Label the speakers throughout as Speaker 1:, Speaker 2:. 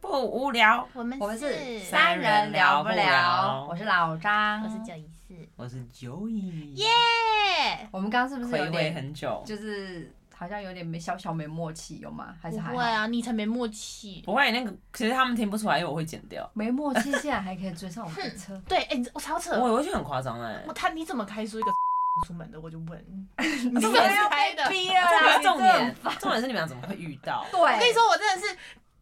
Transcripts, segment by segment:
Speaker 1: 不无聊，
Speaker 2: 我们
Speaker 3: 我们是
Speaker 2: 是
Speaker 3: 三人聊不聊，我是老张，
Speaker 2: 我是九一四，
Speaker 1: 我是九乙，
Speaker 2: 耶、
Speaker 3: 我们刚刚是不是有
Speaker 1: 回味
Speaker 3: 点
Speaker 1: 很久，
Speaker 3: 就是好像有点没小小没默契，有吗？还是
Speaker 2: 不
Speaker 3: 还
Speaker 2: 会
Speaker 3: 好？
Speaker 2: 啊，你才没默契。
Speaker 1: 不会那个，其实他们听不出来，因为我会剪掉，
Speaker 3: 没默契，竟然还可以追上我们的 车，
Speaker 2: 对，哎、你我超扯，
Speaker 1: 我
Speaker 2: 我
Speaker 1: 我会觉得很夸张哎，
Speaker 2: 他你怎么开出一个 出门的？我就 问，你
Speaker 3: 你
Speaker 2: 怎
Speaker 3: 怎
Speaker 2: 么
Speaker 3: 么
Speaker 2: 开的？
Speaker 3: 逼了
Speaker 1: 这不
Speaker 2: 啊
Speaker 3: 啦
Speaker 1: 是重。
Speaker 3: 你
Speaker 1: 点
Speaker 3: 这，
Speaker 1: 重点是你们俩怎么会遇 到？
Speaker 3: 对，
Speaker 2: 我
Speaker 3: 我
Speaker 2: 跟你，说，我真的是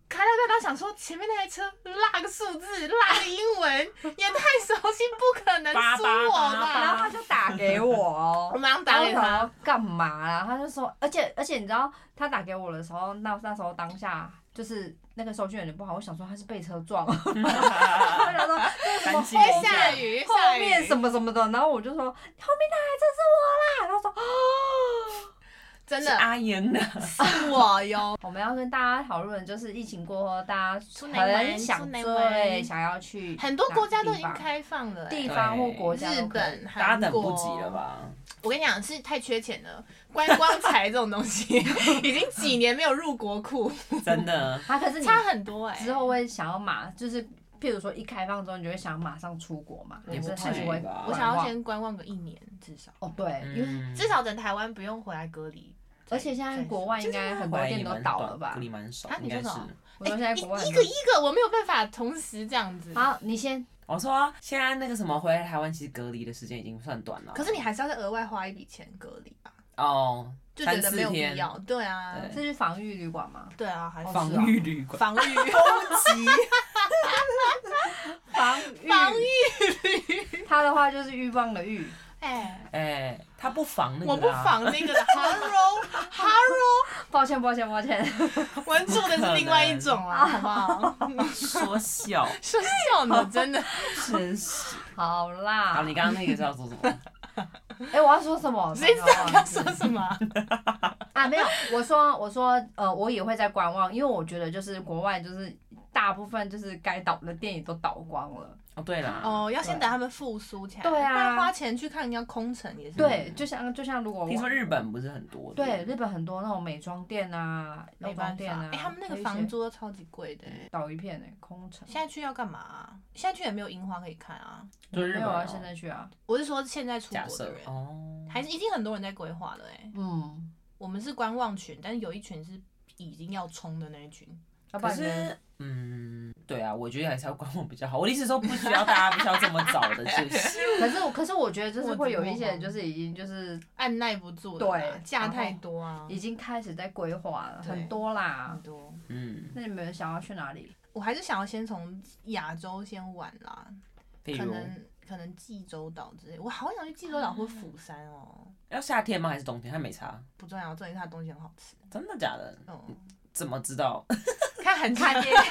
Speaker 2: 开到一半，想说前面那台车落个数字，落个 英文，也太熟悉，不可能
Speaker 1: 八
Speaker 2: 输
Speaker 1: 八
Speaker 2: 我
Speaker 1: 八
Speaker 3: 然后
Speaker 2: 吧
Speaker 3: 他？就打给我
Speaker 2: 我
Speaker 3: 哦。
Speaker 2: 马上打给
Speaker 3: 然后我
Speaker 2: 他，
Speaker 3: 想说干嘛啦？他就说，而且而且你知道他打给我的时候，那那时候当下就是那个收讯有点不好，我想说他是被车撞， 了，我想说这是什么
Speaker 1: 担心
Speaker 3: 后
Speaker 1: 一
Speaker 3: 面
Speaker 1: 下
Speaker 2: 哎下雨，
Speaker 3: 后
Speaker 2: 下雨
Speaker 3: 面什么什么的，然后我就说后面那台车是我啦，然后说哦，
Speaker 2: 真
Speaker 1: 是
Speaker 2: 的
Speaker 1: 阿燕的，
Speaker 2: 是我哟，
Speaker 3: 我们要跟大家讨论，就是疫情过后，大家
Speaker 2: 出南门
Speaker 3: 很想
Speaker 2: 出南
Speaker 3: 对
Speaker 2: 门
Speaker 3: 想要去
Speaker 2: 很多国家都已经
Speaker 3: 哪个地
Speaker 2: 开放
Speaker 3: 方
Speaker 2: 了、哎
Speaker 3: 地方或国家
Speaker 2: 日
Speaker 3: 都可以
Speaker 2: 本、
Speaker 1: 大家
Speaker 2: 韩
Speaker 1: 等
Speaker 2: 国，
Speaker 1: 不及了？吧？
Speaker 2: 我跟你讲，是太缺钱了。观光财这种东 西已经几年没有入国库，
Speaker 1: 真的，
Speaker 3: 啊，可是你
Speaker 2: 差很多哎、
Speaker 3: 之后会想要马，就是譬如说一开放之后，你就会想马上出国嘛，
Speaker 1: 也
Speaker 3: 你
Speaker 1: 不
Speaker 3: 是还是
Speaker 1: 至于
Speaker 3: 会
Speaker 1: 吧
Speaker 2: 我想要先观望个一年至少，
Speaker 3: 哦对，因为
Speaker 1: 嗯
Speaker 2: 至少等台湾不用回来隔离。
Speaker 3: 而且现在国外应该很多店都倒了吧
Speaker 1: 隔？离蛮少
Speaker 2: 啊，
Speaker 1: 应
Speaker 2: 你说
Speaker 1: 该是
Speaker 2: 什。么
Speaker 3: 我说现在国外
Speaker 2: 哎一一个一个，我没有办法同时这样子。
Speaker 3: 好，你先
Speaker 1: 我说现在那个什么回来台湾，其实隔离的时间已经算短了。
Speaker 2: 可是你还是要再额外花一笔钱隔离吧，
Speaker 1: 哦，
Speaker 2: 就觉
Speaker 1: 三
Speaker 2: 得
Speaker 1: 四
Speaker 2: 没有
Speaker 1: 天
Speaker 2: 必要。对啊，
Speaker 1: 对
Speaker 3: 是去防御旅馆吗？
Speaker 2: 对啊，还是
Speaker 1: 防
Speaker 3: 哦
Speaker 1: 御旅馆，
Speaker 2: 防御
Speaker 3: 防御
Speaker 2: 防
Speaker 3: 御， 他的话就是欲望的欲。
Speaker 2: 哎，
Speaker 1: 哎，他不防那个，
Speaker 2: 我不，防那个的 Hello Hello，
Speaker 3: 抱歉，抱歉，抱歉。
Speaker 2: 我们做的是另外一种 啊，好不好？
Speaker 1: 说笑，
Speaker 2: 说笑呢，真的。
Speaker 1: 真是。
Speaker 3: 好啦，
Speaker 1: 好，你刚刚那个是要说什么？
Speaker 3: 哎、我要说什么？
Speaker 2: 谁知道
Speaker 3: 我
Speaker 2: 要
Speaker 3: 忘
Speaker 2: 说
Speaker 3: 记
Speaker 2: 什么啊？
Speaker 3: 啊？没有，我说我说呃，我也会在观望，因为我觉得就是国外就是大部分就是该倒的电影都倒光了。
Speaker 1: 哦，对啦，
Speaker 2: 哦，要先等他们复苏起来，
Speaker 3: 对啊
Speaker 2: 不然花钱去看人家空城也是。
Speaker 3: 对，就像就像如果我
Speaker 1: 听说日本不是很多，
Speaker 3: 对，日本很多那种美妆店啊、药
Speaker 2: 没
Speaker 3: 妆
Speaker 2: 办法
Speaker 3: 店啊，，
Speaker 2: 哎，他们那个
Speaker 3: 还有一些
Speaker 2: 房租都超级贵的。
Speaker 3: 倒一片哎、空城。
Speaker 2: 现在去要干嘛啊？现在去也没有樱花可以看啊。
Speaker 1: 就日
Speaker 3: 没
Speaker 1: 本
Speaker 3: 有啊，
Speaker 1: 哦
Speaker 3: 现在去啊，
Speaker 2: 我是说现在出
Speaker 1: 假
Speaker 2: 国的
Speaker 1: 设
Speaker 2: 人，
Speaker 1: 哦，
Speaker 2: 还是已经很多人在规划了哎。
Speaker 3: 嗯，
Speaker 2: 我们是观望群，但是有一群是已经要冲的那一群。
Speaker 3: 要啊不
Speaker 1: 可
Speaker 3: 然呢
Speaker 1: 是。嗯，对啊，我觉得还是要观望比较好。我的意思是说，不需要大家不需要这么早的，就是
Speaker 3: 可是我可是我觉得就是
Speaker 2: 我
Speaker 3: 会有
Speaker 2: 怎么
Speaker 3: 一些人
Speaker 2: 办
Speaker 3: 就是已经就是
Speaker 2: 按耐不住了啦，
Speaker 3: 对
Speaker 2: 假
Speaker 3: 然后
Speaker 2: 太多啊，
Speaker 3: 已经开始在规划了，
Speaker 2: 对
Speaker 3: 很多啦
Speaker 2: 很。多。
Speaker 1: 嗯，
Speaker 3: 那你们想要去哪里？
Speaker 2: 我还是想要先从亚洲先玩啦，
Speaker 1: 比
Speaker 2: 可
Speaker 1: 如
Speaker 2: 能可能济州岛之类，我好想去济州岛或釜山哦。
Speaker 1: 要夏天吗？还是冬天？还没差，
Speaker 2: 不重要，重点是它东西很好吃。
Speaker 1: 真的假的？
Speaker 2: 嗯，
Speaker 1: 怎么知道？
Speaker 2: 哦看韩剧，
Speaker 3: 看电影。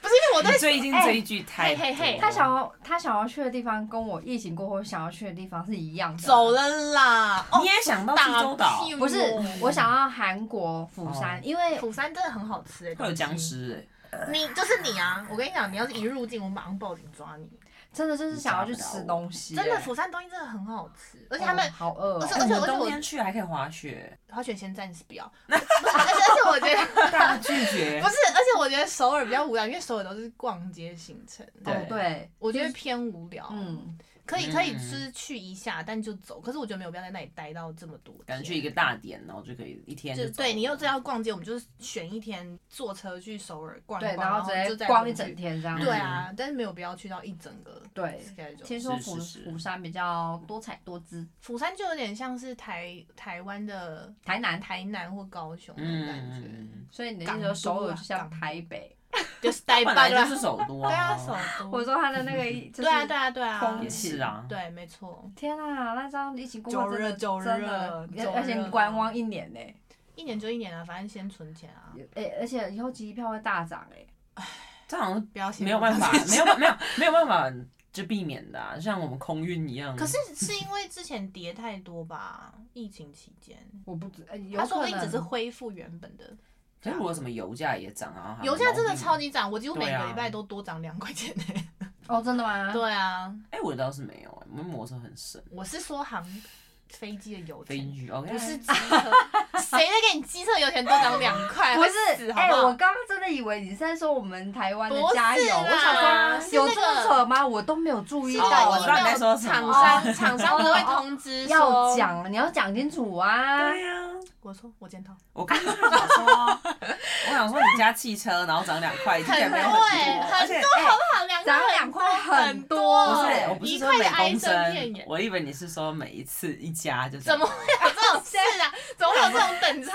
Speaker 2: 不是因为我对
Speaker 1: 你最近追剧太多
Speaker 2: 嘿嘿嘿
Speaker 3: 他想要他想要去的地方跟我疫情过后想要去的地方是一样的。啊
Speaker 2: 走了啦。哦，
Speaker 1: 你也想到济州岛
Speaker 2: 打屁股
Speaker 3: 不是，我想要韩国釜
Speaker 2: 哦
Speaker 3: 山，因为
Speaker 2: 哎釜山真的很好吃哎，
Speaker 1: 会有
Speaker 2: 东西
Speaker 1: 僵。尸哎。
Speaker 2: 你就是你啊！我跟你讲，你要是一入境，我马上报警抓你。
Speaker 3: 真的就是想要去吃东西、
Speaker 2: 真的，
Speaker 3: 欸
Speaker 2: 釜山东西真的很好吃，而
Speaker 3: 而
Speaker 2: 且他们
Speaker 3: 好饿、
Speaker 2: 不是
Speaker 3: 哦。
Speaker 1: 哎
Speaker 2: 而且而
Speaker 1: 我
Speaker 2: 且
Speaker 1: 们
Speaker 2: 我
Speaker 1: 冬天去还可以滑雪，
Speaker 2: 滑雪先暂时不 要，不是而且而且我觉得
Speaker 1: 大拒绝
Speaker 2: 不。是，而且我觉得首尔比较无聊，因为首尔都是逛街行程，
Speaker 1: 对
Speaker 3: 哦，对，
Speaker 2: 我觉得偏无聊。嗯，
Speaker 3: 嗯，
Speaker 2: 可以可以
Speaker 1: 嗯
Speaker 2: 就是去一下，但就走。可是我觉得没有必要在那里待到这么多天，
Speaker 1: 感觉去一个大点，然后就可以一天
Speaker 2: 就
Speaker 1: 走
Speaker 2: 对你又知道逛街，我们就是选一天坐车去首尔逛一
Speaker 3: 对，
Speaker 2: 逛，然
Speaker 3: 然后直
Speaker 2: 就
Speaker 3: 接
Speaker 2: 再
Speaker 3: 逛
Speaker 2: 回
Speaker 3: 一整
Speaker 2: 去。
Speaker 3: 天这样。
Speaker 1: 嗯
Speaker 2: 对啊，但是没有必要去到一整个
Speaker 3: 对，
Speaker 2: schedule。
Speaker 3: 听说
Speaker 1: 是
Speaker 3: 釜
Speaker 1: 是是
Speaker 3: 釜山比较多彩多姿，
Speaker 2: 釜山就有点像是台台湾的
Speaker 3: 台南，
Speaker 2: 台南或高雄那种
Speaker 1: 嗯，
Speaker 2: 感觉，
Speaker 1: 嗯
Speaker 3: 所以你的意
Speaker 2: 港
Speaker 3: 思说
Speaker 2: 都啊
Speaker 3: 首尔就像
Speaker 2: 港
Speaker 3: 台北？
Speaker 2: 就是
Speaker 1: 嗯
Speaker 2: 呆
Speaker 1: 本
Speaker 2: 爆
Speaker 1: 来
Speaker 2: 啦
Speaker 1: 就。是首都
Speaker 2: 对啊，
Speaker 1: 啊，
Speaker 2: 首
Speaker 3: 我
Speaker 2: 都。
Speaker 3: 说他的那 个就是
Speaker 2: 对啊，对啊，对啊
Speaker 3: 风
Speaker 1: 也，是啊，
Speaker 2: 对，没错。
Speaker 3: 天啊，那这样疫情过后
Speaker 2: 走
Speaker 3: 真的
Speaker 2: 热走热
Speaker 3: 真的
Speaker 2: 走
Speaker 3: 要要
Speaker 2: 热
Speaker 3: 先
Speaker 1: 哦
Speaker 3: 观望一年呢、欸。
Speaker 2: 一年就一年啊，反正先存钱啊，
Speaker 3: 哎、而且以后机票会大涨哎、
Speaker 1: 这好像
Speaker 2: 不要先，
Speaker 1: 没有办法 没有办没有没有办法就避免的啊，像我们空运一样。
Speaker 2: 可是是因为之前跌太多吧，疫情期间，
Speaker 3: 我不知，欸、有
Speaker 2: 他说不
Speaker 3: 可
Speaker 2: 定只
Speaker 3: 能
Speaker 2: 是恢复原本的。
Speaker 1: 可是如果什么油价也涨啊，
Speaker 2: 油价真的超
Speaker 1: 级。
Speaker 2: 级涨，我几乎每
Speaker 1: 对
Speaker 2: 个
Speaker 1: 啊
Speaker 2: 礼拜都多涨两块钱呢、
Speaker 3: 哦，真的吗？
Speaker 2: 对啊，
Speaker 1: 哎，我倒是没有，我们摩托车很省，
Speaker 2: 我是说航飞机的油
Speaker 1: 飞
Speaker 2: 钱，
Speaker 1: 机 OK，
Speaker 2: 不是机车，谁在给你机车油钱多涨两块？
Speaker 3: 不
Speaker 2: 会
Speaker 3: 是
Speaker 2: 死，好
Speaker 3: 哎、
Speaker 2: 不
Speaker 3: 我
Speaker 2: 好？
Speaker 3: 刚刚真的以为你是在说我们台湾的
Speaker 2: 不是
Speaker 3: 加油，
Speaker 2: 啦
Speaker 3: 我想
Speaker 2: 是
Speaker 3: 说有
Speaker 2: 那
Speaker 3: 这
Speaker 2: 个
Speaker 3: 么扯吗？我都没有注意
Speaker 2: 是
Speaker 1: 哦
Speaker 2: 的，
Speaker 3: 到，
Speaker 1: 我知道你在说什
Speaker 2: 厂
Speaker 1: 么
Speaker 2: 商厂商都会通知
Speaker 3: 要
Speaker 2: 说，
Speaker 3: 讲，你要讲清楚啊！
Speaker 1: 对哎呀、
Speaker 2: 我说我检讨，
Speaker 1: 我刚 刚想说，我想说你家汽车然后涨两块，听起来没有很
Speaker 2: 很
Speaker 1: 多，
Speaker 2: 多
Speaker 1: 而且
Speaker 3: 哎
Speaker 2: 好两
Speaker 3: 涨两块很多
Speaker 1: 不
Speaker 3: 哎
Speaker 1: 是，我不是
Speaker 2: 一
Speaker 1: 说
Speaker 2: 块
Speaker 1: 每
Speaker 2: 的哀
Speaker 1: 公
Speaker 2: 声遍
Speaker 1: 升
Speaker 2: 野，，
Speaker 1: 我以为你是说每一次一家就
Speaker 2: 怎么会有这种事 啊？怎么会有这种等差？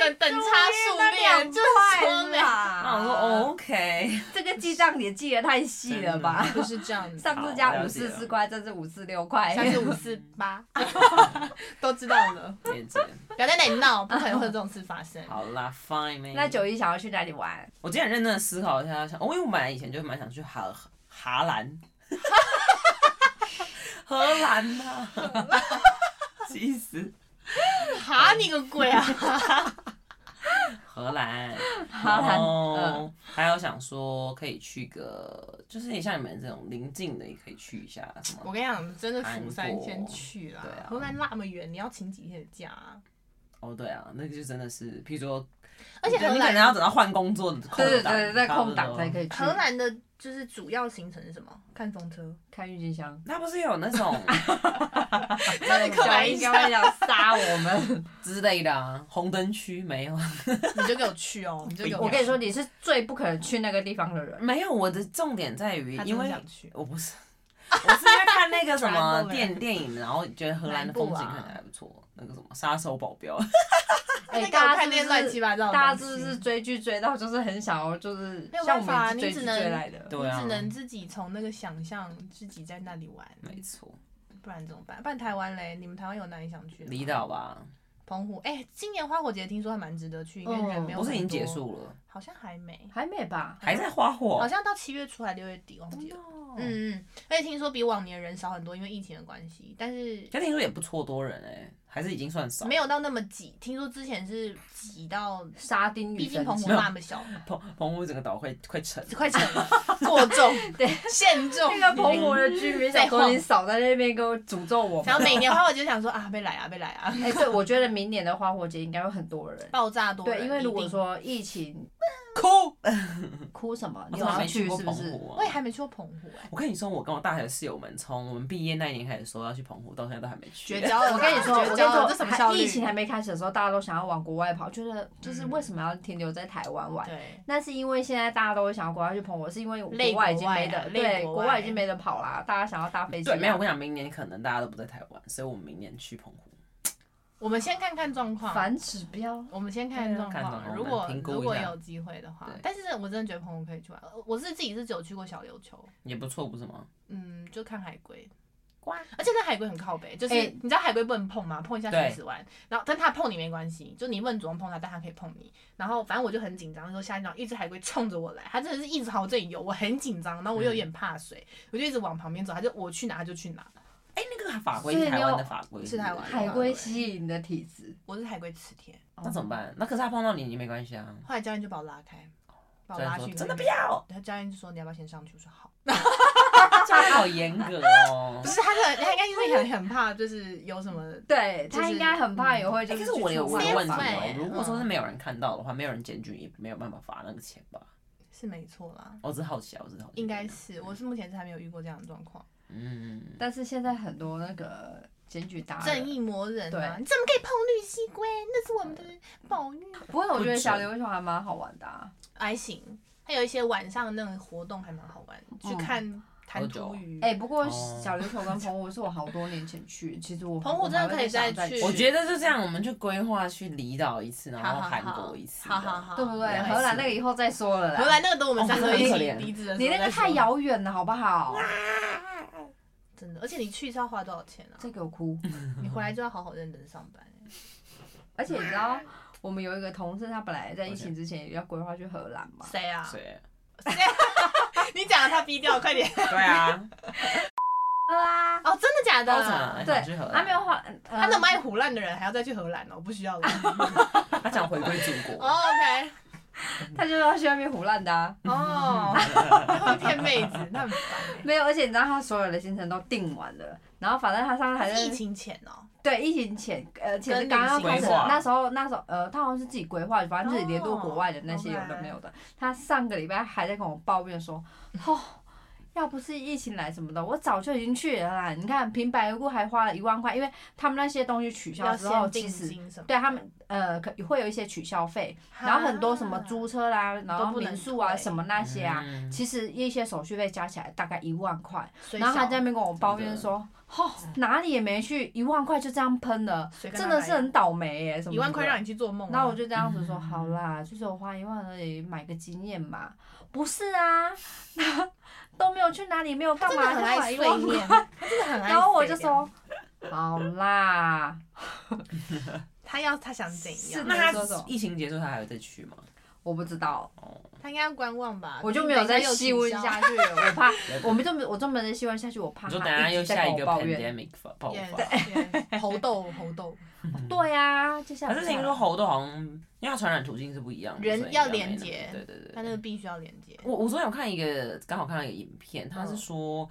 Speaker 2: 等等差数面，就是说没
Speaker 3: 啊
Speaker 1: 然后我说哦，OK，
Speaker 3: 这个记账也记得太细了吧？
Speaker 2: 不是这样
Speaker 3: 上次加五四四块，这次五四六块，
Speaker 2: 下次五四八， 都知道了，
Speaker 1: 姐姐，
Speaker 2: 不要在那里闹，不可能会有这种事发生。
Speaker 1: 好啦，Fine man。
Speaker 3: 那九一想要去哪里玩？
Speaker 1: 我今天很认真的思考一下，想，哦，因为我本来以前就蛮想去荷 荷兰，荷兰呐、啊，气死，
Speaker 2: 哈你个鬼 啊！
Speaker 1: 荷兰，
Speaker 3: 荷兰
Speaker 1: 然后
Speaker 3: 嗯
Speaker 1: 还有想说可以去个，就是也像你们这种邻近的也可以去一下什么
Speaker 2: 我。跟你讲，真的釜山先去啦
Speaker 1: 韩国对啊，
Speaker 2: 荷兰那么远，你要请几天的假啊？
Speaker 1: 哦，对啊，那个就真的是，譬如说，
Speaker 2: 而且
Speaker 1: 对
Speaker 2: 荷
Speaker 1: 你可能
Speaker 2: 兰
Speaker 1: 要等到换工作的空 档，
Speaker 3: 对对对，在空档才可
Speaker 1: 以。
Speaker 3: 以去。
Speaker 2: 荷兰的就是主要行程是什么？看风车。
Speaker 3: 看郁金香，
Speaker 1: 那不是有那种
Speaker 2: 那你刻板印象
Speaker 3: 小姨应该会想杀我们。
Speaker 1: 之类的啊，红灯区没有？
Speaker 2: 你就给我去哦，你就给我去。
Speaker 3: 我跟你说，你是最不可能去那个地方的人。
Speaker 1: 没有，我的重点在于，
Speaker 2: 他真
Speaker 1: 因
Speaker 2: 的
Speaker 1: 为
Speaker 2: 想去，
Speaker 1: 我不是，我是在看那个什
Speaker 2: 南
Speaker 1: 么
Speaker 2: 部欸
Speaker 1: 电电影，然后觉得荷兰的风景
Speaker 2: 南部啊
Speaker 1: 看起来还不错，那个什么杀手保镖，
Speaker 3: 哎、
Speaker 2: 那个我
Speaker 3: 大家
Speaker 2: 看
Speaker 3: 是
Speaker 2: 那
Speaker 3: 不
Speaker 2: 些
Speaker 3: 是
Speaker 2: 乱七八糟的
Speaker 3: 大家
Speaker 2: 东
Speaker 3: 是
Speaker 2: 西
Speaker 3: 不是追剧追到就是很想要就是
Speaker 2: 哦没有
Speaker 3: 像
Speaker 2: 办
Speaker 3: 我
Speaker 2: 法啊
Speaker 3: 们一直追
Speaker 2: 你只
Speaker 3: 剧
Speaker 2: 能
Speaker 3: 追来的？
Speaker 1: 对啊
Speaker 2: 你只，能自己从那个想象自己在那里玩，
Speaker 1: 没错，
Speaker 2: 不然怎么办？不然台湾嘞，你们台湾有哪里想去的吗？
Speaker 1: 离岛吧，
Speaker 2: 澎湖，哎、今年花火节听说还蛮值得去，因为人没有、
Speaker 1: 哦不是已经结，束了，
Speaker 2: 好像还没，
Speaker 3: 还没吧？
Speaker 1: 还在花火
Speaker 2: 好，像到七月初还六月底，忘记了。
Speaker 1: 嗯，
Speaker 2: 哦嗯嗯，而且听说比往年人少很多，因为疫情的关系，但是
Speaker 1: 可听说也不错，多人哎，还是已经算少，
Speaker 2: 没有到那么挤。听说之前是挤到，
Speaker 3: 沙丁鱼
Speaker 2: 毕
Speaker 3: 神
Speaker 2: 竟澎湖
Speaker 3: 器
Speaker 2: 那么小，
Speaker 1: 澎澎湖整个岛快快沉，
Speaker 2: 快成了过重，
Speaker 3: 对，
Speaker 2: 限重。
Speaker 3: 那个澎湖的居民想说你少在那边给我诅咒我们
Speaker 2: 然。后每年花火节 想说啊，被来啊，被来啊，
Speaker 3: 哎、对，我觉得明年的花火节应该会很多人。
Speaker 2: 爆炸多人。
Speaker 3: 对，因为如
Speaker 2: 一
Speaker 3: 果
Speaker 2: 定
Speaker 3: 说疫情
Speaker 1: 哭，
Speaker 3: 哭什么，
Speaker 1: 我
Speaker 3: 你
Speaker 1: 怎
Speaker 3: 有
Speaker 1: 么
Speaker 3: 要
Speaker 1: 没去
Speaker 3: 去
Speaker 1: 过
Speaker 3: 是不
Speaker 1: 澎
Speaker 3: 是？
Speaker 1: 湖啊
Speaker 2: 我也还没去过澎湖哎、
Speaker 1: 我跟你说，我跟我大学室友们从我们毕业那一年开始说要去澎湖，到现在都还没去
Speaker 2: 绝。交了！
Speaker 3: 哦我跟你说，我
Speaker 2: 绝
Speaker 3: 跟
Speaker 2: 交了，
Speaker 3: 你
Speaker 2: 这什
Speaker 3: 说，
Speaker 2: 么效
Speaker 3: 还
Speaker 2: 率？
Speaker 3: 疫情还没开始的时候，大家都想要往国外跑，觉得就是为什么要停留在台湾玩？
Speaker 2: 对，
Speaker 3: 那是因为现在大家都会想要国外去澎湖，是因为
Speaker 2: 累
Speaker 3: 国
Speaker 2: 国
Speaker 3: 外
Speaker 2: 外啊
Speaker 3: 已经没得
Speaker 2: 累
Speaker 3: 对，
Speaker 2: 国
Speaker 3: 国
Speaker 2: 外
Speaker 3: 外已经没得跑啦，大家想要搭飞机啦。
Speaker 1: 对，没 有，我跟你讲，明年可能大家都不在台湾，所以我们明年去澎湖。
Speaker 2: 我们先看看状况。
Speaker 3: 反指标。
Speaker 2: 我们先看状
Speaker 1: 啊看状
Speaker 2: 况，
Speaker 1: 况
Speaker 2: 如果
Speaker 1: 我们评估一下
Speaker 2: 如果有机会的话
Speaker 1: 对，
Speaker 2: 但是我真的觉得澎湖可以去玩。呃我是自己是只有去过小琉球，
Speaker 1: 也不错，不是吗？
Speaker 2: 嗯，就看海龟，
Speaker 1: 哇，
Speaker 2: 而且那海龟很靠北，就是、
Speaker 3: 哎
Speaker 2: 你知道海龟不能碰吗？碰一下
Speaker 1: 对
Speaker 2: 死死完，然后但它碰你没关系，就你不能主动碰它，但它可以碰你。然后反正我就很紧张，那时候下一秒一只海龟冲着我来，它真的是一直朝我这里游，我很紧张，然后我
Speaker 1: 嗯
Speaker 2: 又有点怕水，我就一直往旁边走，它就我去哪它就去哪，
Speaker 1: 哎、那个法规
Speaker 3: 所以
Speaker 1: 是
Speaker 3: 你
Speaker 1: 台湾
Speaker 3: 有
Speaker 1: 的法规，
Speaker 2: 是台湾的
Speaker 1: 不
Speaker 3: 海龟吸引你的体质，
Speaker 2: 我是海龟磁铁。
Speaker 1: 那怎么办？那可是他碰到你，你没关系啊。
Speaker 2: 后来教练就把我拉开，把我
Speaker 1: 教练
Speaker 2: 拉
Speaker 1: 说
Speaker 2: 去
Speaker 1: 真
Speaker 2: 那
Speaker 1: 的不
Speaker 2: 边
Speaker 1: 要，
Speaker 2: 他教练就说你要不要先上去？我说好。
Speaker 1: 教练好严格哦
Speaker 2: 不。是他的，他应该因为很很怕，就是有什么。
Speaker 3: 对
Speaker 2: 就是
Speaker 3: 他应该很怕也会
Speaker 1: 哎
Speaker 3: 就
Speaker 1: 可
Speaker 3: 是
Speaker 1: 是
Speaker 3: 去
Speaker 1: 我有
Speaker 3: 出
Speaker 1: 我有
Speaker 3: 国
Speaker 1: 问题
Speaker 3: 玩
Speaker 1: 哦
Speaker 2: 嗯。
Speaker 1: 如果说是没有人看到的话，没有人检举，也没有办法罚那个钱吧？
Speaker 2: 是没错啦，
Speaker 1: 我只是好奇啊，我只是好奇。
Speaker 2: 应该
Speaker 3: 嗯
Speaker 2: 是，我是目前是还没有遇过这样的状况。
Speaker 1: 嗯，
Speaker 3: 但是现在很多那个检举达人
Speaker 2: 正义魔人啊，
Speaker 3: 对
Speaker 2: 你怎么可以碰绿蜥龟？那是我们的宝玉。
Speaker 3: 不过我觉得
Speaker 1: 不准
Speaker 3: 小琉球还蛮好玩的、啊，
Speaker 2: 还行，还有一些晚上那种活动还蛮好玩，
Speaker 3: 哦
Speaker 2: 去看弹涂鱼。
Speaker 3: 哎、不过
Speaker 1: 哦
Speaker 3: 小琉球跟澎湖是我好多年前去，其实我
Speaker 2: 澎湖真的可以再
Speaker 3: 再
Speaker 2: 去
Speaker 1: 我觉得就这样，我们去规划去离岛一次，然
Speaker 2: 好
Speaker 1: 后
Speaker 2: 好
Speaker 1: 韩
Speaker 2: 好
Speaker 1: 国一次，
Speaker 2: 好好好，
Speaker 3: 对不对？
Speaker 1: 还是
Speaker 3: 荷兰那个以后再说了啦，
Speaker 2: 荷兰那个等我们三个一起
Speaker 1: 哦真的很可怜
Speaker 2: 离职的时候
Speaker 3: 你那
Speaker 2: 再
Speaker 3: 个
Speaker 2: 说
Speaker 3: 太，遥远了，好不好？
Speaker 2: 真的。而且你去是要花多少钱啊？
Speaker 3: 再给我哭！
Speaker 2: 你回来就要好好认真上班。
Speaker 3: 而且你知道，我们有一个同事，他本来在疫情之前也要规划去荷兰 嘛，
Speaker 2: 谁啊？
Speaker 1: 对
Speaker 2: 你讲了他逼掉，快点。
Speaker 1: 对啊，
Speaker 3: 啊，
Speaker 2: 哦，真的假
Speaker 1: 高长
Speaker 2: 的
Speaker 1: 还？
Speaker 3: 对
Speaker 1: 想去荷，
Speaker 2: 啊
Speaker 3: 他没有
Speaker 1: 兰，
Speaker 3: 花，呃
Speaker 2: 他那么爱 胡乱的人还要再去荷兰哦，不需要了。
Speaker 1: 他想回归祖国。
Speaker 2: 哦 OK，
Speaker 3: 他就要去外面胡乱的啊，
Speaker 2: 哦，他会骗妹子，那很烦
Speaker 3: 没有，而且你知道他所有的行程都定完了，然后反正他上次
Speaker 2: 欸。
Speaker 3: 还
Speaker 2: 是疫
Speaker 3: 是
Speaker 2: 情前哦，
Speaker 3: 对疫情前，呃，其实
Speaker 2: 跟
Speaker 3: 刚刚
Speaker 2: 旅
Speaker 1: 行
Speaker 3: 开始
Speaker 1: 规划
Speaker 3: 那时候那时候呃，他好像是自己规划，反正自己联络国外的那些
Speaker 2: 哦
Speaker 3: 有
Speaker 2: ，OK
Speaker 3: 的没有的，他上个礼拜还在跟我抱怨说，哦。要不是疫情来什么的，我早就已经去了啦。你看平白无故还花了一万块，因为他们那些东西取消
Speaker 2: 要
Speaker 3: 之后，
Speaker 2: 先
Speaker 3: 其
Speaker 2: 定
Speaker 3: 实
Speaker 2: 金什么的？
Speaker 3: 对他们呃可会有一些取消费，然后很多什么
Speaker 2: 啊
Speaker 3: 租车啦，然后
Speaker 2: 都不能
Speaker 3: 民宿啊
Speaker 2: 退
Speaker 3: 什么那些啊，
Speaker 1: 嗯
Speaker 3: 其实一些手续费加起来大概一万块，
Speaker 2: 水小，
Speaker 3: 然后他在那边跟我抱怨
Speaker 1: 真的
Speaker 3: 说，哦，哪里也没去，一万块就这样喷了，
Speaker 2: 水跟
Speaker 3: 真
Speaker 2: 他
Speaker 3: 的
Speaker 2: 来
Speaker 3: 是很倒霉耶、什么
Speaker 2: 一万块
Speaker 3: 什么
Speaker 2: 让你去做梦
Speaker 3: 的。
Speaker 2: 啊，
Speaker 3: 然后我就这样子说，
Speaker 1: 嗯
Speaker 3: 好啦，就是我花一万而已，买个经验嘛。不是啊， 都没有去哪里，没有干
Speaker 2: 真的
Speaker 3: 嘛，
Speaker 2: 很
Speaker 3: 就买
Speaker 2: 爱
Speaker 3: 一
Speaker 2: 碎
Speaker 3: 万块
Speaker 2: 念，他 真的很 爱。
Speaker 3: 然后我就，说， 好啦，
Speaker 2: 他要他想怎
Speaker 3: 是
Speaker 2: 样？
Speaker 1: 那
Speaker 3: 你说什
Speaker 1: 他
Speaker 3: 么
Speaker 1: 疫情结束，他还有再去吗？
Speaker 3: 我不知道，
Speaker 2: 他应该要观望吧？
Speaker 3: 我就没有再细问
Speaker 2: 下。
Speaker 3: 下去， 我怕，我们就没，我就没再细问下去，我怕
Speaker 1: 你说等
Speaker 3: 他
Speaker 1: 下
Speaker 3: 一
Speaker 1: 又
Speaker 3: 直
Speaker 1: 下
Speaker 3: 在
Speaker 1: 一
Speaker 3: 跟我
Speaker 1: 个
Speaker 3: 抱怨。哎
Speaker 1: pandemic 发爆发。
Speaker 2: yes，yes，猴痘，猴痘，
Speaker 3: 对啊呀、接下
Speaker 1: 可
Speaker 3: 来
Speaker 1: 是听说猴痘好像，因为它传染途径是不一样的，
Speaker 2: 人
Speaker 1: 所以
Speaker 2: 要
Speaker 1: 应该没
Speaker 2: 连
Speaker 1: 那么
Speaker 2: 接
Speaker 1: 对对对
Speaker 3: 嗯
Speaker 2: 他那个必须要连接。
Speaker 1: 我我昨天有看一个，刚好看到一个影片，他是
Speaker 3: 嗯
Speaker 1: 说，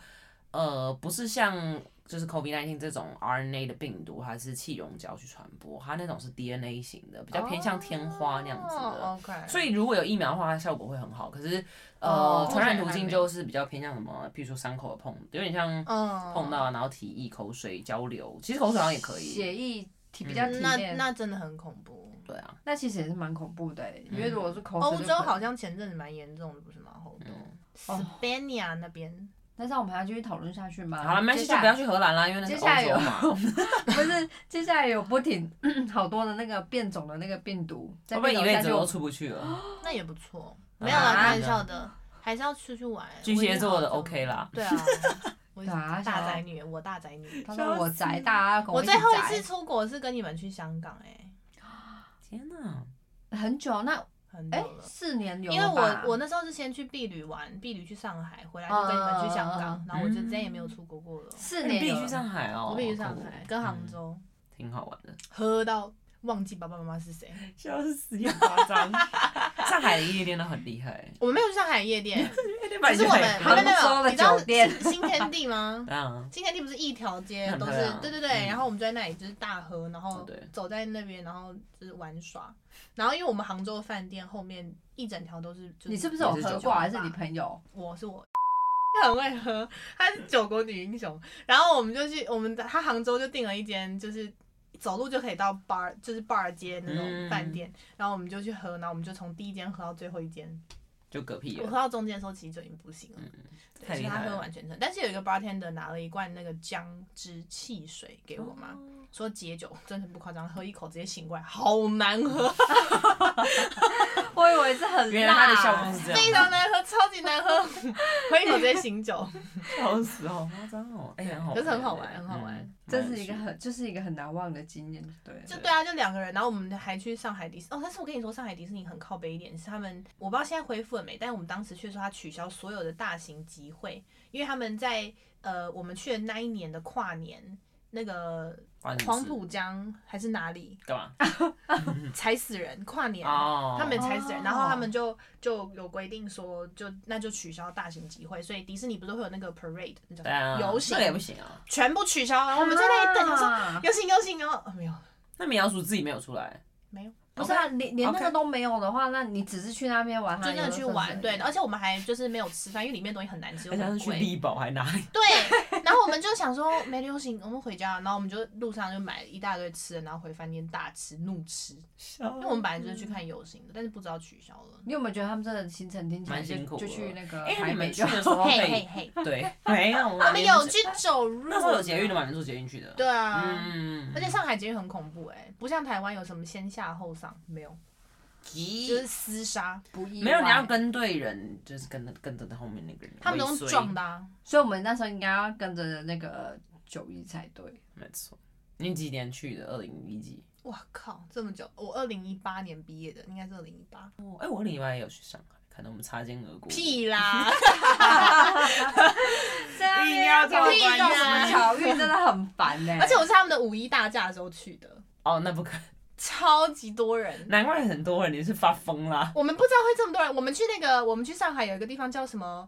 Speaker 1: 呃，不是像就是 COVID 1 9这种 RNA 的病毒，它是气溶胶去传播，它那种是 DNA 型的，比较偏向天花那样子的。
Speaker 2: 哦 OK，
Speaker 1: 所以如果有疫苗的话，它效果会很好。可是，呃
Speaker 3: 哦，
Speaker 1: 传染
Speaker 2: 目前
Speaker 1: 途
Speaker 2: 还
Speaker 1: 径
Speaker 2: 没
Speaker 1: 就是比较偏向什么，比如说伤口的碰，有点像
Speaker 2: 嗯，
Speaker 1: 碰到然后体液、口水交流，其实口水好像也可以。
Speaker 3: 血液体比
Speaker 1: 嗯
Speaker 3: 较体
Speaker 2: 那
Speaker 3: 面，
Speaker 2: 那真的很恐怖。哦
Speaker 1: 对啊，
Speaker 3: 那其实也是蛮恐怖的欸、因为
Speaker 1: 嗯
Speaker 3: 如果是口水
Speaker 2: 欧
Speaker 3: 就可
Speaker 2: 洲
Speaker 3: 能
Speaker 2: 好，像前阵子蛮严重的，不是吗？猴痘
Speaker 1: 嗯
Speaker 3: 哦
Speaker 2: ，Spania 啊那边
Speaker 3: 但是我们还要继续讨论下去
Speaker 2: 嗯
Speaker 3: 吗？
Speaker 1: 好了，没
Speaker 3: 接
Speaker 1: 事就
Speaker 3: 下
Speaker 1: 不要去荷兰啦，因为那是
Speaker 3: 接下来
Speaker 1: 欧洲 嘛，
Speaker 3: 不是接下来有不停 好多的那个变种的那个病毒，
Speaker 1: 会
Speaker 3: 再
Speaker 1: 不会
Speaker 3: 变
Speaker 1: 一
Speaker 3: 种
Speaker 1: 辈
Speaker 3: 下
Speaker 1: 子
Speaker 3: 去
Speaker 1: 都
Speaker 3: 我，
Speaker 1: 出不去了？
Speaker 2: 那也不错，没有啦，
Speaker 3: 啊
Speaker 2: 开玩笑的，还是要出去玩。
Speaker 1: 巨蟹座的
Speaker 2: 我已经好久
Speaker 1: OK 啦，
Speaker 2: 对啊，我
Speaker 3: 对啊
Speaker 2: 大宅女，我大宅女。
Speaker 3: 他说我宅，大家跟
Speaker 2: 我
Speaker 3: 一
Speaker 2: 最
Speaker 3: 起
Speaker 2: 后一
Speaker 3: 宅
Speaker 2: 次出国是跟你们去香港，哎，
Speaker 1: 天哪！
Speaker 3: 很久，那
Speaker 2: 很久
Speaker 3: 哎
Speaker 2: 了。
Speaker 3: 四年有
Speaker 2: 因为
Speaker 3: 了吧
Speaker 2: 我我那时候是先去避旅玩，避旅去上海，回来就跟你们去香港，
Speaker 3: 嗯
Speaker 2: 然后我就再也没有出国过了。
Speaker 3: 四
Speaker 1: 你
Speaker 3: 年
Speaker 1: 必
Speaker 3: 有
Speaker 1: 须
Speaker 3: 了
Speaker 1: 上海哦，
Speaker 2: 我避去上海跟杭
Speaker 1: 嗯，
Speaker 2: 州
Speaker 1: 挺好 玩的，
Speaker 2: 喝到忘记爸爸妈妈是谁，
Speaker 1: 笑死， 又夸张。上海的夜店都很厉 害，
Speaker 2: 我们没有去上海 夜店，
Speaker 1: 可
Speaker 2: 可是我们
Speaker 3: 杭
Speaker 2: 没有没有
Speaker 3: 州的
Speaker 2: 你知道
Speaker 3: 酒店
Speaker 2: 新新天地吗？
Speaker 1: 啊，
Speaker 2: 新天地不是一条街
Speaker 1: 很
Speaker 2: 都是
Speaker 1: 漂
Speaker 3: 啊
Speaker 1: 亮，
Speaker 2: 对对对，
Speaker 1: 嗯
Speaker 2: 然后我们就在那里就是大喝，然
Speaker 1: 哦
Speaker 2: 后
Speaker 1: 对
Speaker 2: 走在那边，然后就是玩耍，然后因为我们杭州饭店后面一整条都是，就
Speaker 3: 你是不是有
Speaker 1: 也是
Speaker 3: 喝
Speaker 1: 酒
Speaker 3: 过，
Speaker 1: 吧
Speaker 3: 还是你朋友？
Speaker 2: 我是我。 她很会喝，她是九国女英雄。然后我们就去，我们她杭州就订了一间，就是走路就可以到 bar，就是 bar 街那种饭店。
Speaker 3: 嗯
Speaker 2: 然后我们就去喝，然后我们就从第一间喝到最后一间。
Speaker 1: 就嗝屁
Speaker 2: 我喝
Speaker 1: 了，嗯
Speaker 2: 到中间的时候，其实就已经不行了。
Speaker 1: 太
Speaker 2: 所以
Speaker 1: 厉
Speaker 2: 他
Speaker 1: 害
Speaker 2: 喝
Speaker 1: 了。
Speaker 2: 完全程，但是有一个 bartender 拿了一罐那个姜汁汽水给我
Speaker 1: 哦
Speaker 2: 嘛，说解酒，真的不夸张，喝一口直接醒过来，好难喝，
Speaker 3: 我以为是很辣，
Speaker 1: 原来他的笑容
Speaker 3: 哎
Speaker 1: 是这
Speaker 2: 非
Speaker 1: 样，
Speaker 2: 常难喝，超级难喝，喝一口直接醒酒，
Speaker 1: 笑死，好夸张哦，哎，很好 玩，
Speaker 2: 可是很好玩很好玩
Speaker 1: 嗯
Speaker 3: 这是一个
Speaker 1: 蛮有趣
Speaker 3: 很就是一个很难忘的经验，对了。
Speaker 2: 就对啊，就两个人，然后我们还去上海迪士哦，但是我跟你说，上海迪士尼很靠北一点，是他们我不知道现在恢复了没，但我们当时去的时候，他取消所有的大型集会，因为他们在呃我们去的那一年的跨年。那个
Speaker 1: 关你
Speaker 2: 黄
Speaker 1: 事
Speaker 2: 浦江还是哪里
Speaker 1: 干嘛？
Speaker 2: 踩死人跨年，
Speaker 1: 哦，
Speaker 2: 他们才死人，然后
Speaker 3: 哦
Speaker 2: 他们就就有规定说，就那就取消大型集会，所以迪士尼不是会有那个 parade 那叫什
Speaker 1: 对
Speaker 2: 么
Speaker 1: 啊，
Speaker 2: 游行
Speaker 1: 那个也不行啊，
Speaker 2: 全部取消，然后我们在那里等，他说
Speaker 3: 啊
Speaker 2: 游行游行，然后、 哦、没有
Speaker 1: 那米老鼠自己没有出来，哦
Speaker 2: 没有，
Speaker 3: 不是啊，连连那个都没有的话，那你只是去那边玩，
Speaker 2: 就真的去玩，对，而
Speaker 3: 后
Speaker 2: 且我们还就是没有吃饭，因为里面东西很难吃，又
Speaker 1: 而且他是
Speaker 2: 很
Speaker 1: 去
Speaker 2: 贵。
Speaker 1: 力宝还哪里？
Speaker 2: 对，然后我们就想说没流行，我们回家，然后我们就路上就买了一大堆吃的，然后回饭店大吃怒吃，因为我们本来就是去看游行的，但是不知道取消了。
Speaker 3: 你有没有觉得他们真的行程听起来
Speaker 1: 蛮
Speaker 3: 就
Speaker 1: 辛苦的
Speaker 3: 就去那个
Speaker 1: 哎，那
Speaker 3: 台
Speaker 1: 你们
Speaker 3: 北
Speaker 1: 去
Speaker 3: 就
Speaker 1: 的时候可
Speaker 2: 嘿
Speaker 1: 以
Speaker 2: 嘿嘿，
Speaker 1: 对，没有，我
Speaker 2: 我们有去走路，
Speaker 1: 那时候有捷运的嘛，你们坐捷运去的，
Speaker 2: 对啊，
Speaker 1: 嗯，嗯，嗯
Speaker 2: 而且上海捷运很恐怖哎、不像台湾有什么先下后上，没有，
Speaker 1: 急
Speaker 2: 就是厮杀，
Speaker 3: 不意外
Speaker 1: 没有，你要，跟对人，就是跟着跟着后面那个人。
Speaker 2: 他们都
Speaker 1: 尾
Speaker 2: 是
Speaker 1: 随
Speaker 2: 撞的、啊。
Speaker 3: 所以我们那时候应该要跟着那个九一才对。
Speaker 1: 没错，你几年去的？二零一几？
Speaker 2: 哇靠，这么久！我二零一八年毕业的，应该是二零一八。
Speaker 1: 哦，哎、我二零一八也有去上海，可能我们擦肩而过。！
Speaker 2: 屁 啦！
Speaker 3: 这样
Speaker 1: 硬要
Speaker 3: 跟我
Speaker 2: 屁
Speaker 3: 关
Speaker 2: 啦
Speaker 3: 什么巧遇真的很烦呢。欸
Speaker 2: 而且我是他们的五一大假的时候去的，
Speaker 1: 哦，那不可能，
Speaker 2: 超级多人。
Speaker 1: 难怪很多人你是发 疯啦。
Speaker 2: 我们不知道会这么多人。我们去那个，我们去上海有一个地方叫什么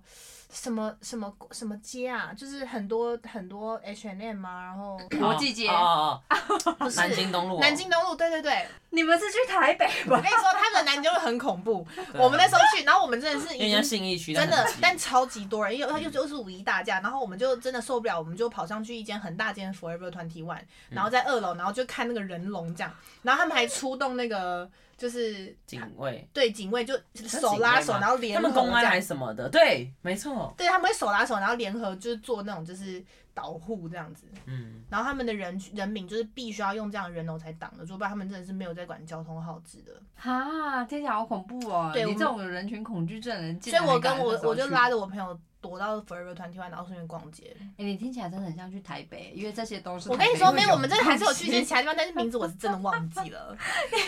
Speaker 2: 什么什么什么街啊，就是很多很多 H and M 啊，然 后
Speaker 3: 国际街
Speaker 1: 哦哦哦
Speaker 2: 不
Speaker 1: 哦，
Speaker 2: 是
Speaker 1: 南京东路哦，
Speaker 2: 南京东路，对对对，
Speaker 3: 你们是去台北
Speaker 2: 我
Speaker 3: 吧？
Speaker 2: 跟你说，他们的南京路很恐怖。
Speaker 1: 对啊
Speaker 2: 我们那时候去，然后我们真的是
Speaker 1: 因为
Speaker 2: 已
Speaker 1: 人家
Speaker 2: 经
Speaker 1: 信义区
Speaker 2: 真的
Speaker 1: 很挤，嗯
Speaker 2: 但超级多人，因为又就是五一大假，然后我们就真的受不了，我们就跑上去一间很大间 Forever Twenty One，然
Speaker 1: 嗯
Speaker 2: 后在二楼，然后就看那个人龙这样，然后他们还出动那个就是
Speaker 1: 警卫，
Speaker 2: 对警卫，就
Speaker 1: 警
Speaker 2: 手拉
Speaker 1: 卫
Speaker 2: 手，
Speaker 1: 吗
Speaker 2: 然后联
Speaker 1: 他
Speaker 2: 合
Speaker 1: 们公安
Speaker 2: 这样
Speaker 1: 还是什么的，对，没错，
Speaker 2: 对，他们会手拉手，然后联合就是做那种就是导护这样子，
Speaker 1: 嗯，
Speaker 2: 然后他们的人人民就是必须要用这样的人龙才挡得住，不然他们真的是没有在管交通耗资的。
Speaker 3: 哈，听起来好恐怖哦！
Speaker 2: 对
Speaker 3: 你
Speaker 2: 我
Speaker 3: 这种有人群恐惧症的人，
Speaker 2: 所以我跟我我就
Speaker 3: 着。
Speaker 2: 拉着我朋友躲到 Forever Twenty One，然后顺便逛街。
Speaker 3: 哎，你听起来真的很像去台北，因为这些都是
Speaker 2: 我
Speaker 3: 台
Speaker 2: 跟
Speaker 3: 北
Speaker 2: 你说，
Speaker 3: 会
Speaker 2: 没有，我们真的还是有去一些
Speaker 3: 东西
Speaker 2: 其他地方，但是名字我是真的忘记了，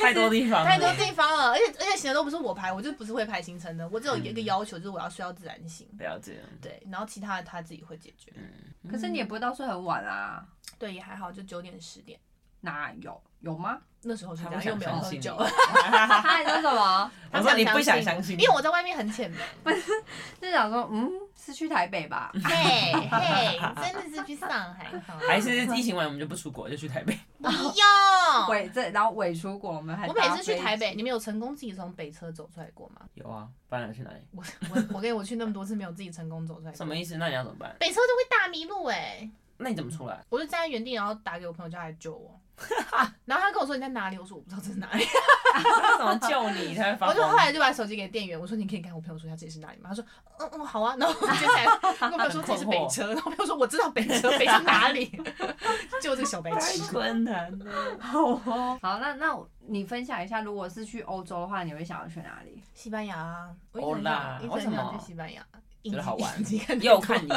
Speaker 1: 太多地方了，
Speaker 2: 太多地方了，而且而且行程都不是我排，我就不是会排行程的，我只有一
Speaker 3: 嗯
Speaker 2: 个要求，就是我要睡到自然醒。
Speaker 1: 了解，
Speaker 2: 对，然后其他的他自己会解决。
Speaker 3: 可是你也不会到睡很晚啊？
Speaker 2: 对，也还好，就九点十点
Speaker 3: 哪有有 吗？
Speaker 2: 那时候是
Speaker 1: 他
Speaker 2: 这样，
Speaker 1: 不
Speaker 2: 又
Speaker 1: 想
Speaker 2: 没有
Speaker 1: 相
Speaker 2: 喝
Speaker 1: 信你
Speaker 2: 酒。
Speaker 3: 他说什么？
Speaker 1: 我
Speaker 2: 他
Speaker 1: 说你
Speaker 2: 想
Speaker 1: 不想
Speaker 2: 相
Speaker 1: 相信，
Speaker 2: 因为我在外面很 浅眠。
Speaker 3: 就想说，嗯，是去台北吧？
Speaker 2: 嘿嘿，真的是去上 海好吗
Speaker 3: 哎
Speaker 1: 还是疫情完我们就不出国，就去台北。
Speaker 2: 不用。
Speaker 3: 伪这，然后伪出国，我们还
Speaker 2: 我每次去台北，你们有成功自己从北车走出来过吗？
Speaker 1: 有啊，不然要去哪里？
Speaker 2: 我我我跟我去那么多次，没有自己成功走出来过。
Speaker 1: 什么意思？那你要怎么办？
Speaker 2: 北车就会大迷路哎、
Speaker 1: 那你怎么出 来？
Speaker 2: 我就站在原地，然后打给我朋友叫他来救 我。啊然后他跟我说你在哪里，我说我不知道这是哪里。
Speaker 1: 他怎么救你？他会发
Speaker 2: 我就
Speaker 1: 疯
Speaker 2: 后。来就把手机给店员，我说你可以跟我朋友说一下这里是哪里吗？他说嗯嗯好啊。然后我接 下来跟我朋友说这里是北车，然后我朋友说我知道北车，北车哪里？ 就这个小白
Speaker 1: 太
Speaker 2: 痴。
Speaker 1: 困难 了。
Speaker 3: 好哦。好，那那我你分享一下，如果是去欧洲的话，你会想要去哪里？
Speaker 2: 西班牙啊，我一
Speaker 1: 欧
Speaker 2: 直很
Speaker 1: 啦
Speaker 2: 想，一直
Speaker 1: 哦为什
Speaker 2: 很想
Speaker 1: 么
Speaker 2: 去西班牙。
Speaker 1: 觉得好玩
Speaker 2: 你看
Speaker 1: 又看你，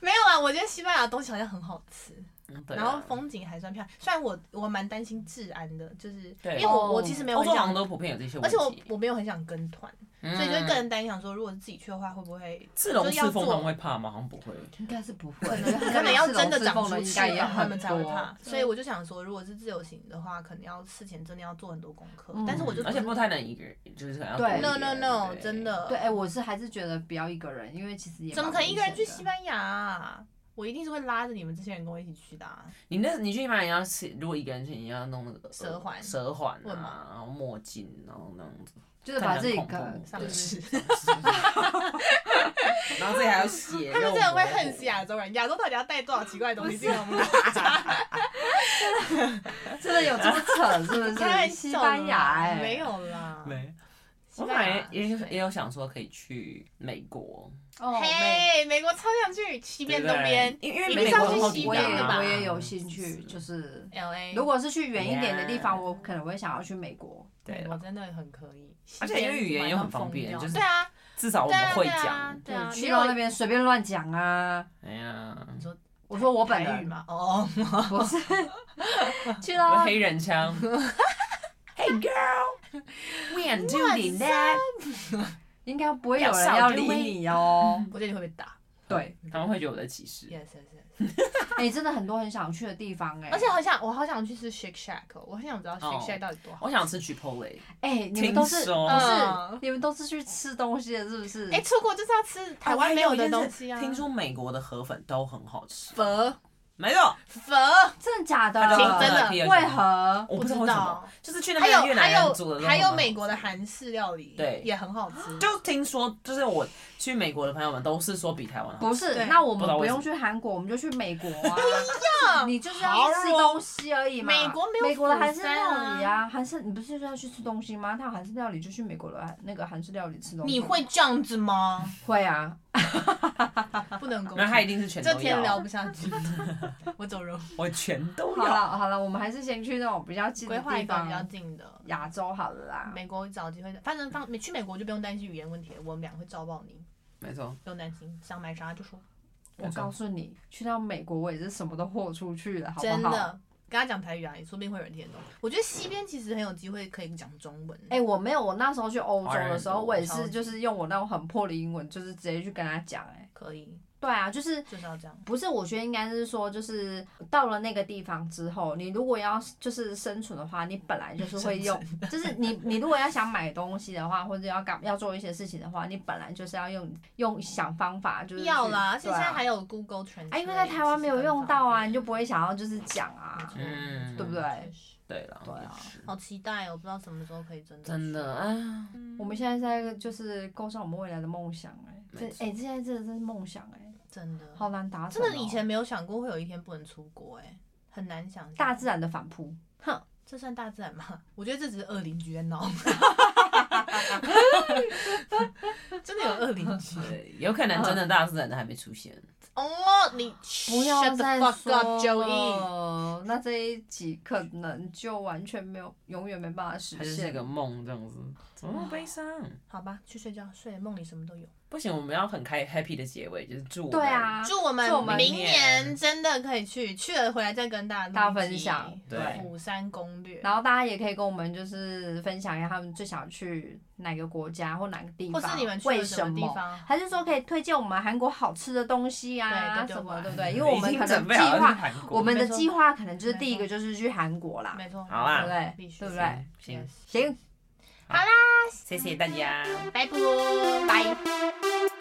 Speaker 2: 没有啊？我觉得西班牙的东西好像很好吃，
Speaker 1: 嗯对啊
Speaker 2: 然后风景还算漂亮。虽然我我蛮担心治安的，就是因
Speaker 1: 对
Speaker 2: 为我我
Speaker 3: 哦
Speaker 2: 其实没有
Speaker 1: 欧
Speaker 2: 很
Speaker 1: 洲好
Speaker 2: 想
Speaker 1: 像都普遍有这些
Speaker 2: 而
Speaker 1: 问
Speaker 2: 且我
Speaker 1: 题，嗯
Speaker 2: 我没有很想跟团，
Speaker 1: 所
Speaker 2: 所以就会更担心，想说如果是自己去的话，会不会
Speaker 1: 刺龙
Speaker 2: 就要
Speaker 1: 刺凤他
Speaker 2: 做
Speaker 1: 们会怕吗？好像不会。
Speaker 3: 应该是不会，
Speaker 2: 可能可能要真的长出
Speaker 3: 应
Speaker 2: 翅
Speaker 3: 该也
Speaker 2: 膀，他们
Speaker 3: 很
Speaker 2: 才会怕。
Speaker 3: 多。
Speaker 2: 所以我就想说，如果是自由行的话，可能要事前真的要做很多功课
Speaker 3: 嗯。
Speaker 2: 但是我就
Speaker 1: 而且不太能一个人，就是可能要多
Speaker 3: 对
Speaker 1: 一
Speaker 2: no
Speaker 1: 个
Speaker 2: no
Speaker 1: 人
Speaker 2: no，
Speaker 1: 对
Speaker 2: 真的
Speaker 3: 对，哎，我是还是觉得不要一个人，因为其实也
Speaker 2: 怎么可能一个人去西
Speaker 3: 班
Speaker 2: 班牙啊？我一定是会拉着你们这些人跟我一起去的啊。
Speaker 1: 你那，你去西班牙你要是如果一个人去，你要弄那个
Speaker 2: 蛇环
Speaker 1: 蛇环
Speaker 2: 为什
Speaker 1: 啊
Speaker 2: 么，
Speaker 1: 然后墨镜，然后那种
Speaker 3: 就是把自己
Speaker 1: 更
Speaker 3: 搞
Speaker 1: 恐怖
Speaker 2: 上
Speaker 1: 对
Speaker 2: 市
Speaker 1: 然后自己还要 写，
Speaker 2: 他们真的会恨死亚洲人，亚洲到底要带多少奇怪的东西进来我们国家？
Speaker 3: 牙，真的有这么扯是不
Speaker 2: 开玩
Speaker 3: 是？
Speaker 2: 笑
Speaker 3: 西班牙
Speaker 2: 啦
Speaker 3: 哎，
Speaker 2: 没有啦，
Speaker 1: 没，
Speaker 2: 西
Speaker 1: 我本
Speaker 2: 班
Speaker 1: 来
Speaker 2: 牙
Speaker 1: 也
Speaker 2: 对
Speaker 1: 也有想说可以去美国，
Speaker 3: 哦，没。
Speaker 2: 嘿，美国超想去西边
Speaker 1: 对不
Speaker 2: 东
Speaker 1: 对
Speaker 2: 边
Speaker 1: 因为
Speaker 2: 一
Speaker 1: 美
Speaker 2: 定是要
Speaker 1: 国很
Speaker 2: 去
Speaker 1: 好
Speaker 2: 西
Speaker 1: 抵
Speaker 3: 我
Speaker 1: 达
Speaker 2: 边
Speaker 3: 也
Speaker 2: 的吧
Speaker 3: 我也有兴趣，就是
Speaker 2: ，L A。
Speaker 3: 如果是去远一点的地方，
Speaker 2: 啊
Speaker 1: Yeah
Speaker 3: 我可能会想要去美国。
Speaker 1: 对
Speaker 2: 我
Speaker 1: 了，
Speaker 2: 真的很可以，
Speaker 1: 而且因为语言也很方便就是
Speaker 2: 对啊，
Speaker 1: 至少我
Speaker 2: 对
Speaker 1: 们
Speaker 2: 啊，
Speaker 1: 会
Speaker 2: 对啊
Speaker 1: 讲，，
Speaker 2: 对啊，
Speaker 3: 去到那边随便乱讲啊！
Speaker 1: 哎呀，
Speaker 3: 我说我本
Speaker 2: 台语
Speaker 3: 人
Speaker 2: 嘛，哦，
Speaker 3: 不 是去
Speaker 1: 有
Speaker 2: 啊
Speaker 3: 到
Speaker 1: 黑人腔，Hey girl，we are doing that，
Speaker 3: 应该不会有人要理你哦。
Speaker 2: 我觉得你会被打
Speaker 3: 对，
Speaker 1: 他们会觉得我在歧视，
Speaker 2: ，yes yes yes，
Speaker 3: 哎，真的很多很想去的地方哎，
Speaker 2: 而且好想我好想去吃 Shake Shack，哦我很想知道
Speaker 1: 嗯哦
Speaker 2: Shake Shack 到底多好，
Speaker 1: 我想吃 Chipotle，
Speaker 3: 哎，你
Speaker 1: 听
Speaker 3: 们都是
Speaker 1: 说
Speaker 3: 不是
Speaker 2: 嗯
Speaker 3: 你们都是去吃东西的，是不是？
Speaker 2: 哎，出国就是要吃台湾没有的东西啊，
Speaker 1: 听说美国的河粉都很好吃，
Speaker 2: 佛
Speaker 1: 没错，
Speaker 2: 佛，
Speaker 3: 真的假的
Speaker 1: 他？就
Speaker 2: 听真的
Speaker 3: 为何？
Speaker 1: 我
Speaker 2: 不
Speaker 1: 不知
Speaker 2: 知
Speaker 1: 道为什么，
Speaker 2: 道，
Speaker 1: 就是去那
Speaker 2: 还
Speaker 1: 边
Speaker 2: 有
Speaker 1: 越
Speaker 2: 还
Speaker 1: 南人煮
Speaker 2: 有
Speaker 1: 的，
Speaker 2: 还有美国的。韩式料理，
Speaker 1: 对
Speaker 2: 也很好 吃，
Speaker 1: 就听说，就是我去美国的朋友们都是说比台湾好
Speaker 3: 不是，
Speaker 2: 对
Speaker 3: 那我们
Speaker 1: 不知道
Speaker 3: 不
Speaker 1: 为什么
Speaker 3: 用去韩国，我们就去美国啊！你就是要去吃东西而已嘛。
Speaker 2: 美国没有
Speaker 3: 啊美国的韩式
Speaker 2: 釜山啊
Speaker 3: 料理啊，韩式你不是就要去吃东西吗？那韩式料理就去美国的韩那个韩式料理吃东西。
Speaker 2: 你会这样子吗？
Speaker 3: 会啊？
Speaker 2: 不能攻
Speaker 1: 那他一
Speaker 2: 击，
Speaker 1: 定是全
Speaker 2: 这
Speaker 1: 都
Speaker 2: 天聊
Speaker 1: 要，
Speaker 2: 不下 去，我走人。
Speaker 1: 我全都
Speaker 3: 好
Speaker 1: 要。
Speaker 3: 了好了，我们还是先去那种比较近
Speaker 2: 规
Speaker 3: 的
Speaker 2: 划
Speaker 3: 地
Speaker 2: 一个比较
Speaker 3: 方，
Speaker 2: 近的。
Speaker 3: 亚洲好了啦。
Speaker 2: 美国找机会，反正放去美国就不用担心语言问题了，我们俩会照报你，
Speaker 1: 没错，
Speaker 2: 不用担心，想买啥就说。
Speaker 3: 我告诉你，去到美国我也是什么都豁出去了，好不好？
Speaker 2: 真的，跟他讲台语啊，也说不定会有人听得懂。我觉得西边其实很有机会可以讲中文。
Speaker 3: 哎、我没有，我那时候去欧洲的时
Speaker 1: 华人
Speaker 3: 候，
Speaker 1: 多
Speaker 3: 我也
Speaker 2: 超
Speaker 3: 是
Speaker 2: 级
Speaker 3: 就是用我那种很破的英文，就是直接去跟他讲、哎，
Speaker 2: 可以，
Speaker 3: 对啊，就是
Speaker 2: 就是要这样。
Speaker 3: 不是，我觉得应该是说，就是到了那个地方之后，你如果要就是生存的话，你本来就是会 用，就是你你如果要想买东西的话，或者要干要做一些事情的话，你本来就是要用用想方法，就是去
Speaker 2: 要啦，而且
Speaker 3: 对
Speaker 2: 现在
Speaker 3: 啊
Speaker 2: 还有 Google Translate，
Speaker 3: 啊，因为在台湾没有用到啊，
Speaker 2: 其
Speaker 3: 你
Speaker 2: 实
Speaker 3: 就不会想要就是讲啊，
Speaker 1: 嗯
Speaker 3: 对不对？
Speaker 2: 很方便，确实
Speaker 1: 对了，
Speaker 3: 对啊
Speaker 1: 也是
Speaker 2: 好期待哦，我不知道什么时候可以真的
Speaker 1: 真的
Speaker 2: 去。
Speaker 1: 啊，
Speaker 3: 我们现在在就是构上我们未来的梦想哎、
Speaker 1: 没
Speaker 3: 这哎、这现在真的是梦想哎、
Speaker 2: 真的
Speaker 3: 好难达成、
Speaker 2: 嗯
Speaker 3: 哦，
Speaker 2: 真的以前没有想过会有一天不能出国，哎，很难想象。
Speaker 3: 大自然的反扑，哼，
Speaker 2: 这算大自然吗？ 我觉得这只是恶邻居在闹， 真的有恶邻 居
Speaker 1: 对，有可能真
Speaker 2: 嗯
Speaker 1: 的大自然的还没出现。
Speaker 2: 哦！你
Speaker 3: 不要
Speaker 2: shut the
Speaker 3: 再
Speaker 2: fuck
Speaker 3: 说
Speaker 2: up, Joey。
Speaker 3: 了，那这一集可能就完全没有，永远没办法实
Speaker 1: 它就是
Speaker 3: 现。
Speaker 1: 个梦这样子，怎么那么悲伤？
Speaker 2: 好吧，去睡觉，睡梦里什么都有。
Speaker 1: 不行，我们要很开 happy 的结尾，就是祝我们
Speaker 3: 对，啊，
Speaker 2: 祝我
Speaker 3: 祝我
Speaker 2: 们
Speaker 3: 们
Speaker 2: 明年
Speaker 1: 年
Speaker 2: 真的可以去，去了回来再跟大家录
Speaker 3: 大家分
Speaker 2: 一集
Speaker 3: 享
Speaker 1: 对
Speaker 2: 釜山攻略，
Speaker 3: 然后大家也可以跟我们就是分享一下他们最想去哪个国家或哪个地
Speaker 2: 或
Speaker 3: 方，
Speaker 2: 是你们去
Speaker 3: 为
Speaker 2: 了
Speaker 3: 什
Speaker 2: 什么地
Speaker 3: 么。
Speaker 2: 方。
Speaker 3: 还是说可以推荐我们韩国好吃的东西啊，
Speaker 2: 对都
Speaker 3: 什
Speaker 2: 丢过
Speaker 3: 么
Speaker 2: 来
Speaker 3: 对不对？因为我们
Speaker 1: 嗯已
Speaker 3: 可
Speaker 1: 经
Speaker 3: 能
Speaker 1: 准
Speaker 3: 计
Speaker 1: 备好要去
Speaker 3: 划，
Speaker 1: 韩国
Speaker 3: 我们的
Speaker 2: 没错
Speaker 3: 计划可能就是
Speaker 2: 没错
Speaker 3: 第一个就是去韩国啦，
Speaker 2: 没错，
Speaker 1: 好
Speaker 3: 对
Speaker 1: 啦
Speaker 3: 不
Speaker 2: 必
Speaker 3: 对？
Speaker 2: 须
Speaker 3: 对不对？嗯
Speaker 1: 行，
Speaker 3: 行，
Speaker 1: 谢谢大家。
Speaker 2: 拜拜，
Speaker 3: 拜。